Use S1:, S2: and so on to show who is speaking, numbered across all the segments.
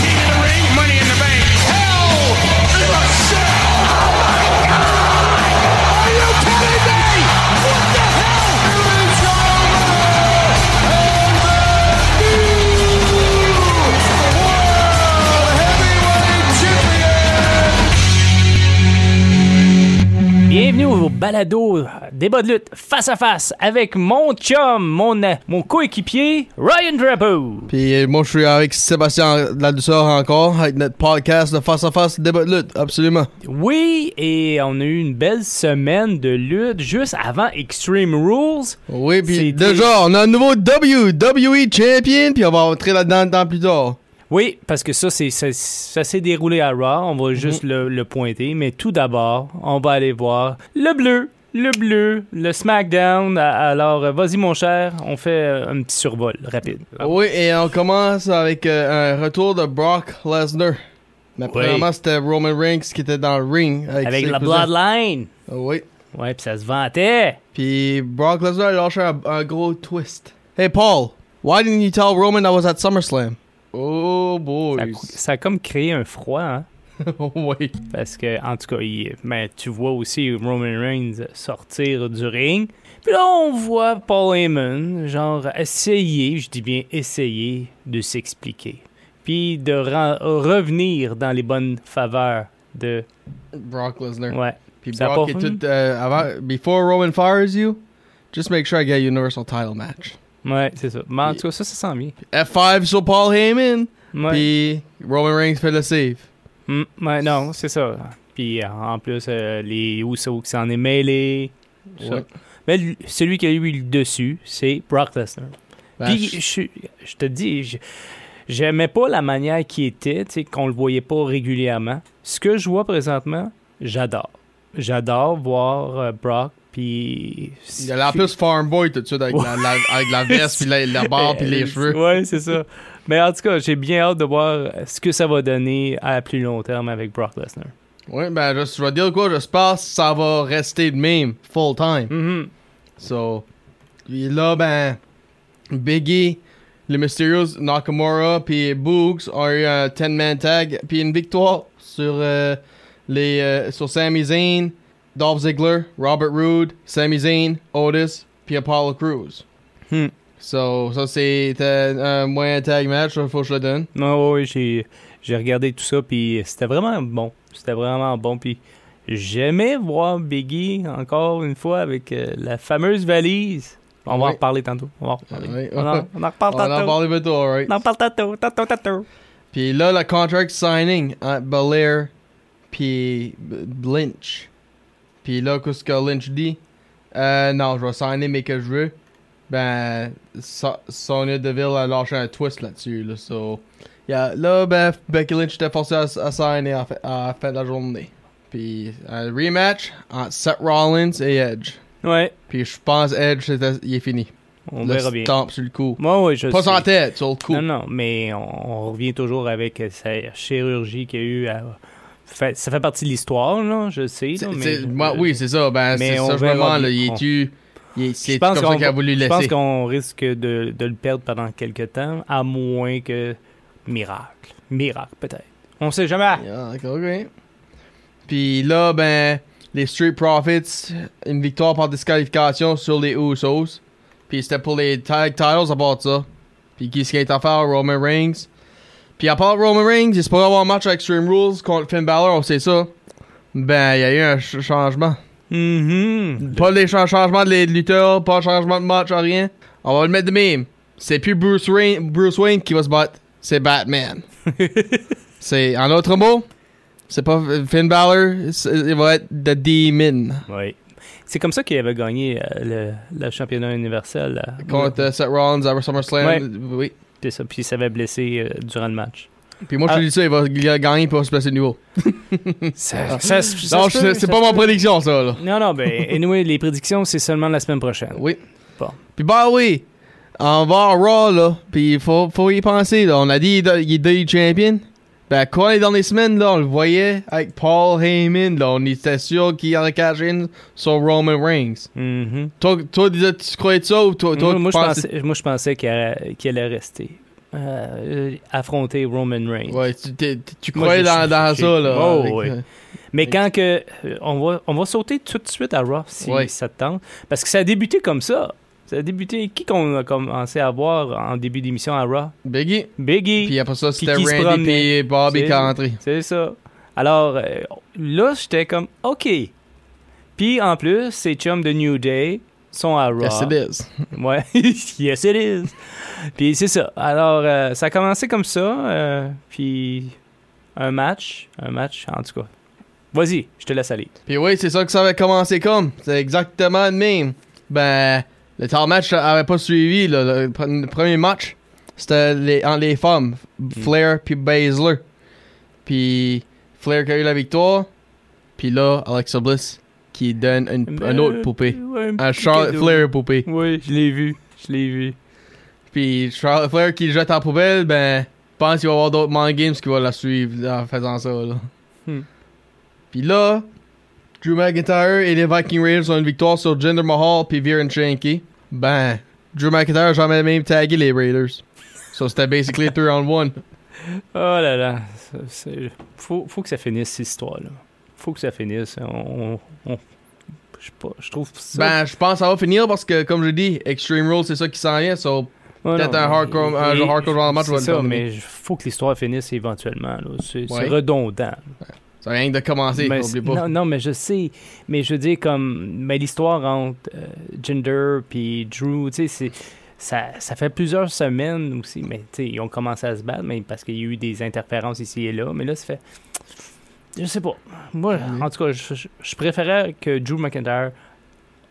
S1: King of the Ring, Money in the Bank.
S2: Hell in a Cell. Oh Are you kidding me? What the hell?
S3: Bienvenue au balado euh, débat de lutte face à face avec mon chum, mon, euh, mon coéquipier Ryan Drapeau.
S4: Puis moi je suis avec Sébastien Ladussard encore avec notre podcast de face à face débat de lutte, absolument.
S3: Oui, et on a eu une belle semaine de lutte juste avant Extreme Rules.
S4: Oui, puis déjà on a un nouveau WWE Champion, puis on va rentrer là-dedans dans plus tard.
S3: Oui, parce que ça, c'est, ça, ça s'est déroulé à Raw. On va juste mm -hmm. le, le, pointer. Mais tout d'abord, on va aller voir le bleu, le bleu, le SmackDown. Alors, euh, vas-y, mon cher, on fait euh, un petit survol rapide.
S4: Oui, et on commence avec euh, un retour de Brock Lesnar. Mais premièrement, oui. c'était Roman Reigns qui était dans le ring.
S3: Avec, avec la cousins. Bloodline.
S4: Oui.
S3: Ouais, puis ça se vantait.
S4: Puis Brock Lesnar a lâché un, un gros twist. Hey, Paul, why didn't you tell Roman I was at SummerSlam? Oh boy.
S3: Ça, ça, a comme créé un froid, hein?
S4: oui.
S3: Parce que, en tout cas, il, mais tu vois aussi Roman Reigns sortir du ring. Puis là, on voit Paul Heyman, genre, essayer, je dis bien essayer, de s'expliquer. Puis de revenir dans les bonnes faveurs de.
S4: Brock Lesnar.
S3: Ouais.
S4: Puis Brock est tout. Euh, avant, before Roman fires you, just make sure I get a Universal title match.
S3: Ouais, c'est ça. Mais en tout cas, ça, ça sent bien.
S4: F5 sur Paul Heyman. Ouais. Puis Roman Reigns fait le save.
S3: Mm, ouais, non, c'est ça. Puis en plus, euh, les Usos qui s'en est mêlé. Ouais. Mais celui qui a eu le dessus, c'est Brock Lesnar. Ben, puis je, je, te dis, j'aimais pas la manière qui était, qu'on le voyait pas régulièrement. Ce que je vois présentement, j'adore. J'adore voir euh, Brock puis
S4: il a en plus farm boy tout de suite avec, ouais. la, la, avec la, veste puis la, la barbe puis les cheveux
S3: ouais c'est ça mais en tout cas j'ai bien hâte de voir ce que ça va donner à plus long terme avec Brock Lesnar
S4: ouais ben je, vais dire quoi j'espère que ça va rester de même full time
S3: mm -hmm.
S4: so puis là ben Biggie les Mysterios Nakamura puis Boogs ont eu un 10 man tag puis une victoire sur euh, les euh, sur Sami Zayn Dolph Ziggler, Robert Roode, Sami Zayn, Otis, puis Apollo Crews.
S3: Hmm.
S4: So, ça, c'est euh, un moyen tag match, faut que je le donne.
S3: Non, oui, j'ai, j'ai regardé tout ça, puis c'était vraiment bon. C'était vraiment bon, puis j'aimais voir Biggie encore une fois avec euh, la fameuse valise. On va oui. en reparler tantôt. On va en reparler. Ah Oui. On, en, on en reparle
S4: on tantôt. On en parle bientôt, alright.
S3: On en parle tantôt, tantôt, tantôt.
S4: Puis là, le contract signing entre Belair puis Lynch. Puis là, qu'est-ce que Lynch dit? Euh, non, je vais signer mais que je veux. Ben, so Sonya Deville a lâché un twist là-dessus. Là, so, yeah, là, ben, Becky Lynch était forcée à, à signer à, à, la fin de la journée. Puis, un rematch entre Seth Rollins et Edge.
S3: Ouais.
S4: Puis, je pense Edge, il est fini.
S3: On le verra bien.
S4: Stomp sur le coup.
S3: Moi, oui, je
S4: Pas
S3: sais.
S4: en tête, sur le coup.
S3: Non, non, mais on, on revient toujours avec euh, sa chirurgie qu'il y a eu à ça fait partie de l'histoire, là, je sais. Là, mais,
S4: moi, oui, c'est ça. Ben, c'est ça, je me demande, là, il est-tu... C'est comme ça qu'il a voulu laisser.
S3: Je pense qu'on risque de, de, le perdre pendant quelques temps, à moins que... Miracle. Miracle, peut-être. On sait jamais.
S4: Yeah, okay. Ah, Puis là, ben, les Street Profits, une victoire par disqualification sur les Usos. Puis c'était pour les tag titles à part ça. Puis qu'est-ce qui est à faire? Roman Reigns. Puis à part Roman Reigns, il se pourrait avoir un match à Extreme Rules contre Finn Balor, on sait ça. Ben, il y a eu un ch changement.
S3: Mm -hmm.
S4: Pas les ch changements de les lutteurs, pas de changement de match, rien. On va le mettre de même. C'est plus Bruce, Rain Bruce Wayne qui va se battre, c'est Batman. c'est, en autre mot, c'est pas Finn Balor, il va être The Demon.
S3: Oui. C'est comme ça qu'il avait gagné euh, le, le, championnat universel. Euh,
S4: contre euh, Seth Rollins à SummerSlam.
S3: Ouais.
S4: Oui.
S3: C'est ça. Puis il s'avait blessé euh, durant le match.
S4: Puis moi, je te ah. dis ça, il va, il va gagner pour se placer de nouveau.
S3: ça, ça, ça,
S4: Hmm. Ah. non, c'est pas mon prédiction, ça. Là.
S3: Non, non, ben, anyway, les prédictions, c'est seulement la semaine prochaine.
S4: Oui.
S3: Bon.
S4: Puis bah oui, On va en Raw, là. Puis il faut, faut y penser, là. On a dit il est Daily Champion. Ben, quoi, les dernières semaines, là, on le voyait avec Paul Heyman, là. On était sûr qu'il allait cash in sur Roman Reigns.
S3: Mhm.
S4: Toi, toi disais- tu croyais de ça ou toi,
S3: moi,
S4: toi tu
S3: moi, je
S4: pensais-
S3: pensais, moi, je pensais qu'il allait, qu'il allait rester. Euh, euh, affronter Roman Reigns.
S4: Ouais, tu, t'es- t'es- tu
S3: Moi,
S4: croyais
S3: je
S4: dans,
S3: suis-
S4: dans
S3: j'ai-
S4: ça, là.
S3: Oh,
S4: avec- euh,
S3: ouais. Mais quand que. euh, On va, on va sauter tout de suite à Raw si
S4: Ouais.
S3: ça te tente. Parce que ça a débuté comme ça. Ça a débuté. Qui qu'on a commencé à voir en début d'émission à Raw
S4: Biggie.
S3: Biggie.
S4: Puis euh, après ça, c'était
S3: qui se
S4: Randy
S3: promenait.
S4: et Bobby
S3: C'est-
S4: qui est rentré.
S3: C'est ça. Alors, euh, là, j'étais comme, OK. Puis, en plus, ces chums de New Day sont à Raw.
S4: Yes, it is.
S3: Ouais. yes, it is. Puis, c'est ça. Alors, euh, ça a commencé comme ça. euh, puis, un match. Un match, en tout cas. Vas-y, je te laisse aller.
S4: Puis oui, c'est ça que ça avait commencé comme. C'est exactement le même. Ben, le temps match avait pas suivi. là. Le, pre- le premier match, c'était les, entre les femmes, Flair puis Baszler. Puis Flair qui a eu la victoire. Puis là, Alexa Bliss qui donne une, une autre poupée.
S3: Ouais, un
S4: Un
S3: petit
S4: Charlotte
S3: cadeau.
S4: Flair poupée.
S3: Oui, je l'ai vu. Je l'ai vu.
S4: Puis Charlotte Flair qui le jette en poubelle, ben, je pense qu'il va y avoir d'autres mind games qui vont la suivre là, en faisant ça. Là.
S3: Hmm.
S4: Puis là, Drew McIntyre et les Viking Raiders ont une victoire sur Jinder Mahal puis Viren Shanky. Ben, Drew McIntyre a jamais même tagué les Raiders. So c'était basically 3 on 1.
S3: Oh là là, ça, c'est- faut, faut que ça finisse cette histoire-là. Faut que ça finisse. hein, On, on- on- je sais pas, je trouve ça.
S4: Ben, je pense que ça va finir parce que, comme je dis, Extreme Rules, c'est ça qui s'en vient. So,
S3: Ouais,
S4: peut-être
S3: Oh non,
S4: un hardcore-
S3: mais-
S4: un jeu hardcore dans le match
S3: C'est
S4: va le
S3: ça,
S4: terminer.
S3: mais je- faut que l'histoire finisse éventuellement. là. C'est c'est
S4: Ouais.
S3: redondant.
S4: ça rien que de commencer,
S3: Mais
S4: n'oublie
S3: Ben, c'est-
S4: pas.
S3: non, non, mais je sais. Mais je veux dire, comme. Mais l'histoire entre euh, Jinder puis Drew, tu sais, c'est. Ça, ça fait plusieurs semaines aussi, mais tu sais, ils ont commencé à se battre, mais parce qu'il y a eu des interférences ici et là. Mais là, ça fait. Je sais pas. Moi,
S4: Mhm.
S3: en tout cas, je, je- je préférais que Drew McIntyre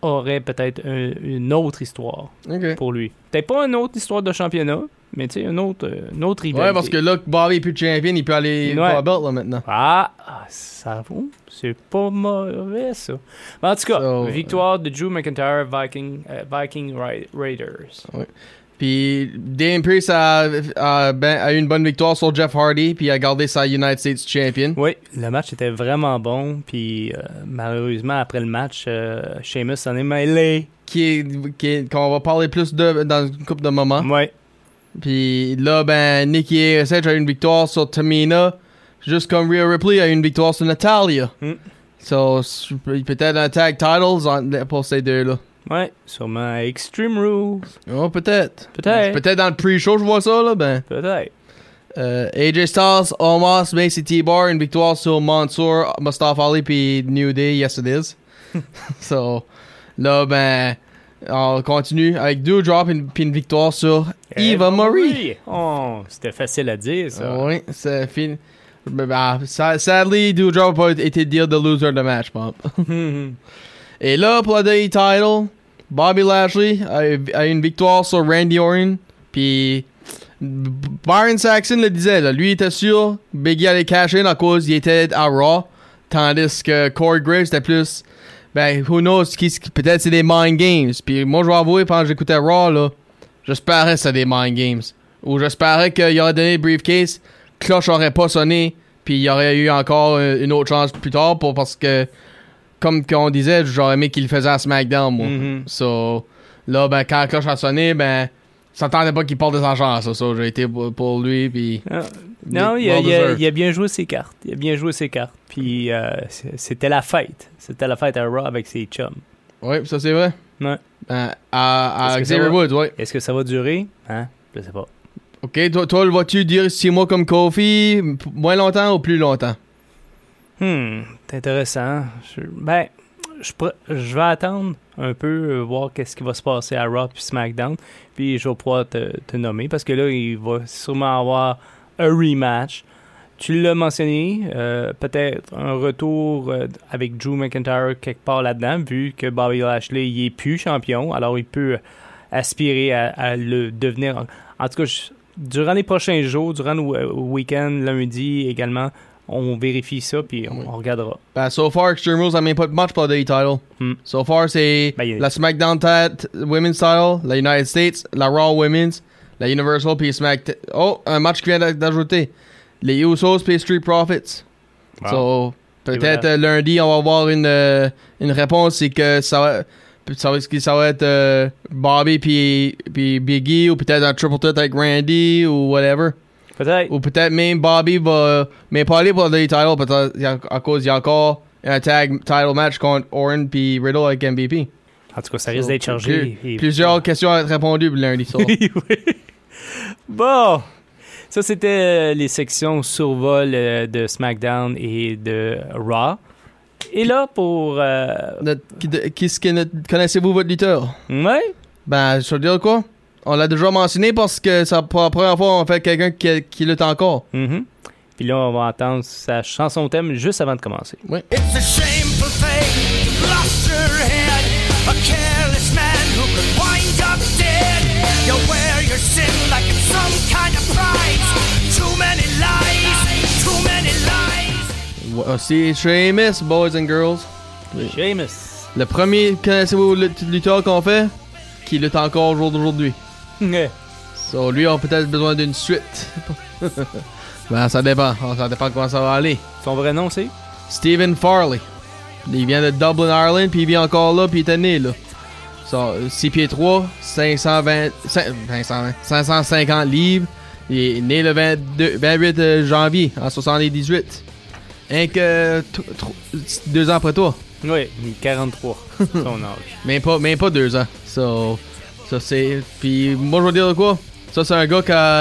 S3: aurait peut-être un- une autre histoire
S4: Ok.
S3: pour lui. Peut-être pas une autre histoire de championnat, mais tu sais, une autre, euh, une autre rivalité.
S4: Ouais, parce que là, Bobby est plus champion, il peut aller
S3: Ouais.
S4: pour la belt là maintenant.
S3: Ah, ah, ça vaut. C'est pas mauvais, ça. Mais en tout cas,
S4: So, euh,
S3: victoire de Drew McIntyre, Viking, euh, Viking Ra-
S4: Ah.
S3: Raiders.
S4: Puis Damian Priest a, a- ben- a eu une bonne victoire sur Jeff Hardy, puis a gardé sa United States Champion.
S3: Oui, le match était vraiment bon. Puis euh, malheureusement, après le match, euh, Sheamus s'en est mêlé.
S4: Qui est, qui est- qu'on va parler plus de dans une couple de moments.
S3: Ouais.
S4: Puis là, ben, Nikki ASH a eu une victoire sur Tamina, juste comme Rhea Ripley a eu une victoire sur Natalia.
S3: Mm.
S4: So, s- peut-être un tag titles en- pour ces deux-là.
S3: Ouais, sûrement à Extreme Rules.
S4: Oh, peut-être.
S3: Peut-être.
S4: Peut-être dans le pre-show, je vois ça, là, ben.
S3: Peut-être.
S4: Euh, AJ Styles, Omos, Macy T-Bar, une victoire sur Mansour, Mustafa Ali, puis New Day, yes it is. so, là, ben, on continue avec deux drops, une- puis une victoire sur
S3: Eh
S4: Eva Marie. Ah
S3: Oh, c'était facile à dire, ça.
S4: Oui, c'est fini. Ben, ben, sa- sadly, Dewdrop a été dire the loser de match, Bob. Et là, pour la Day title, Bobby Lashley a, eu- a eu une victoire sur Randy Orton. Puis B- Byron Saxon le disait, là, lui était sûr, Biggie allait cash in à cause il était à Raw. Tandis que Corey Graves était plus. Ben, who knows, qui- qui- peut-être c'est des mind games. Puis moi, je vais avouer, pendant que j'écoutais Raw, là, j'espérais que c'était des mind games. Ou j'espérais qu'il aurait donné le briefcase, cloche aurait pas sonné, puis il y aurait eu encore euh, une autre chance plus tard pour parce que, comme on disait, j'aurais aimé qu'il le faisait à SmackDown, moi.
S3: Mhm.
S4: So, là, ben, quand la cloche a sonné, ben, s'attendait pas qu'il porte des enchères, ça, ça. J'ai été pour, pour lui, puis.
S3: Ah. Non, il a,
S4: Well
S3: il a-
S4: deserved.
S3: il a bien joué ses cartes. Il a bien joué ses cartes. Puis euh, c'est- c'était la fête. C'était la fête à Raw avec ses chums.
S4: Ouais, ça, c'est vrai.
S3: Ouais.
S4: Ben, à,
S3: Est-ce
S4: à
S3: que ça
S4: Xavier
S3: va?
S4: Woods, ouais.
S3: Est-ce que ça va durer? Hein? Je sais pas.
S4: Ok, toi, toi le vois-tu dire six mois comme Kofi, m- moins longtemps ou plus longtemps?
S3: Hmm, c'est intéressant. Je- ben, je, pr- je vais attendre un peu, euh, voir qu'est-ce qui va se passer à Raw puis SmackDown. Puis je vais pouvoir te, te nommer parce que là, il va sûrement avoir un rematch. Tu l'as mentionné, euh, peut-être un retour euh, avec Drew McIntyre quelque part là-dedans, vu que Bobby Lashley il est plus champion, alors il peut aspirer à, à le devenir. En tout cas, je- durant les prochains jours, durant le we- week-end, euh, lundi également, on vérifie ça, puis on,
S4: Oui.
S3: on regardera.
S4: Ben, so far, Extreme Rules n'a même pas de match pour le title.
S3: Hmm.
S4: So far, c'est
S3: Ben, y a-
S4: la SmackDown tit- Women's title, la United States, la Raw Women's, la Universal, puis Smack... Oh, un match qui vient d'a- d'ajouter. Les Usos, puis Street Profits.
S3: Wow.
S4: So,
S3: C'est
S4: peut-être
S3: vrai.
S4: euh, lundi, on va avoir une, euh, une réponse. C'est que ça va... puis Ça va, est-ce que ça va être euh, Bobby puis, puis Biggie ou peut-être un triple threat avec Randy ou whatever.
S3: Peut-être.
S4: Ou peut-être même Bobby va. Mais pas aller pour les titles parce qu'il y a- à cause il y a encore un tag title match contre Orin puis Riddle avec MVP.
S3: En tout cas, ça
S4: So,
S3: risque d'être chargé.
S4: plus-
S3: et-
S4: Plusieurs questions à être répondues lundi. ça.
S3: Oui, oui. Bon, ça c'était euh, les sections survol euh, de SmackDown et de Raw. Et là pour, euh,
S4: Notre- qui- de- qui est-ce que notre- Connaissez-vous votre lutteur
S3: ouais,
S4: Ben, je veux dire quoi On l'a déjà mentionné parce que c'est pour la première fois on fait quelqu'un qui, qui lutte encore.
S3: mhm. Puis là on va entendre sa chanson thème juste avant de commencer.
S2: It's a shameful thing. You've lost your head. A careless man who could wind up dead. You wear your sin like it's some kind of prize. Too many lies. Too many lies.
S4: Voici Seamus, boys and girls.
S3: Seamus.
S4: Le premier, connaissez-vous le lutteur qu'on fait Qui lutte encore au jour d'aujourd'hui
S3: Ouais.
S4: So, lui a peut-être besoin d'une suite. ben, ça dépend. Ça dépend comment ça va aller.
S3: Son vrai nom c'est
S4: Stephen Farley. Il vient de Dublin, Ireland, puis il vit encore là, puis il était né là. So, 6 pieds 3, 520, cin- 520, 550 livres. Il est né le 22 28 janvier en 78. Rien que t- tr- deux ans après toi.
S3: Oui, 43, son âge.
S4: Même pas, même pas deux ans. So, ça c'est. Puis moi je veux dire de quoi? Ça c'est un gars qui a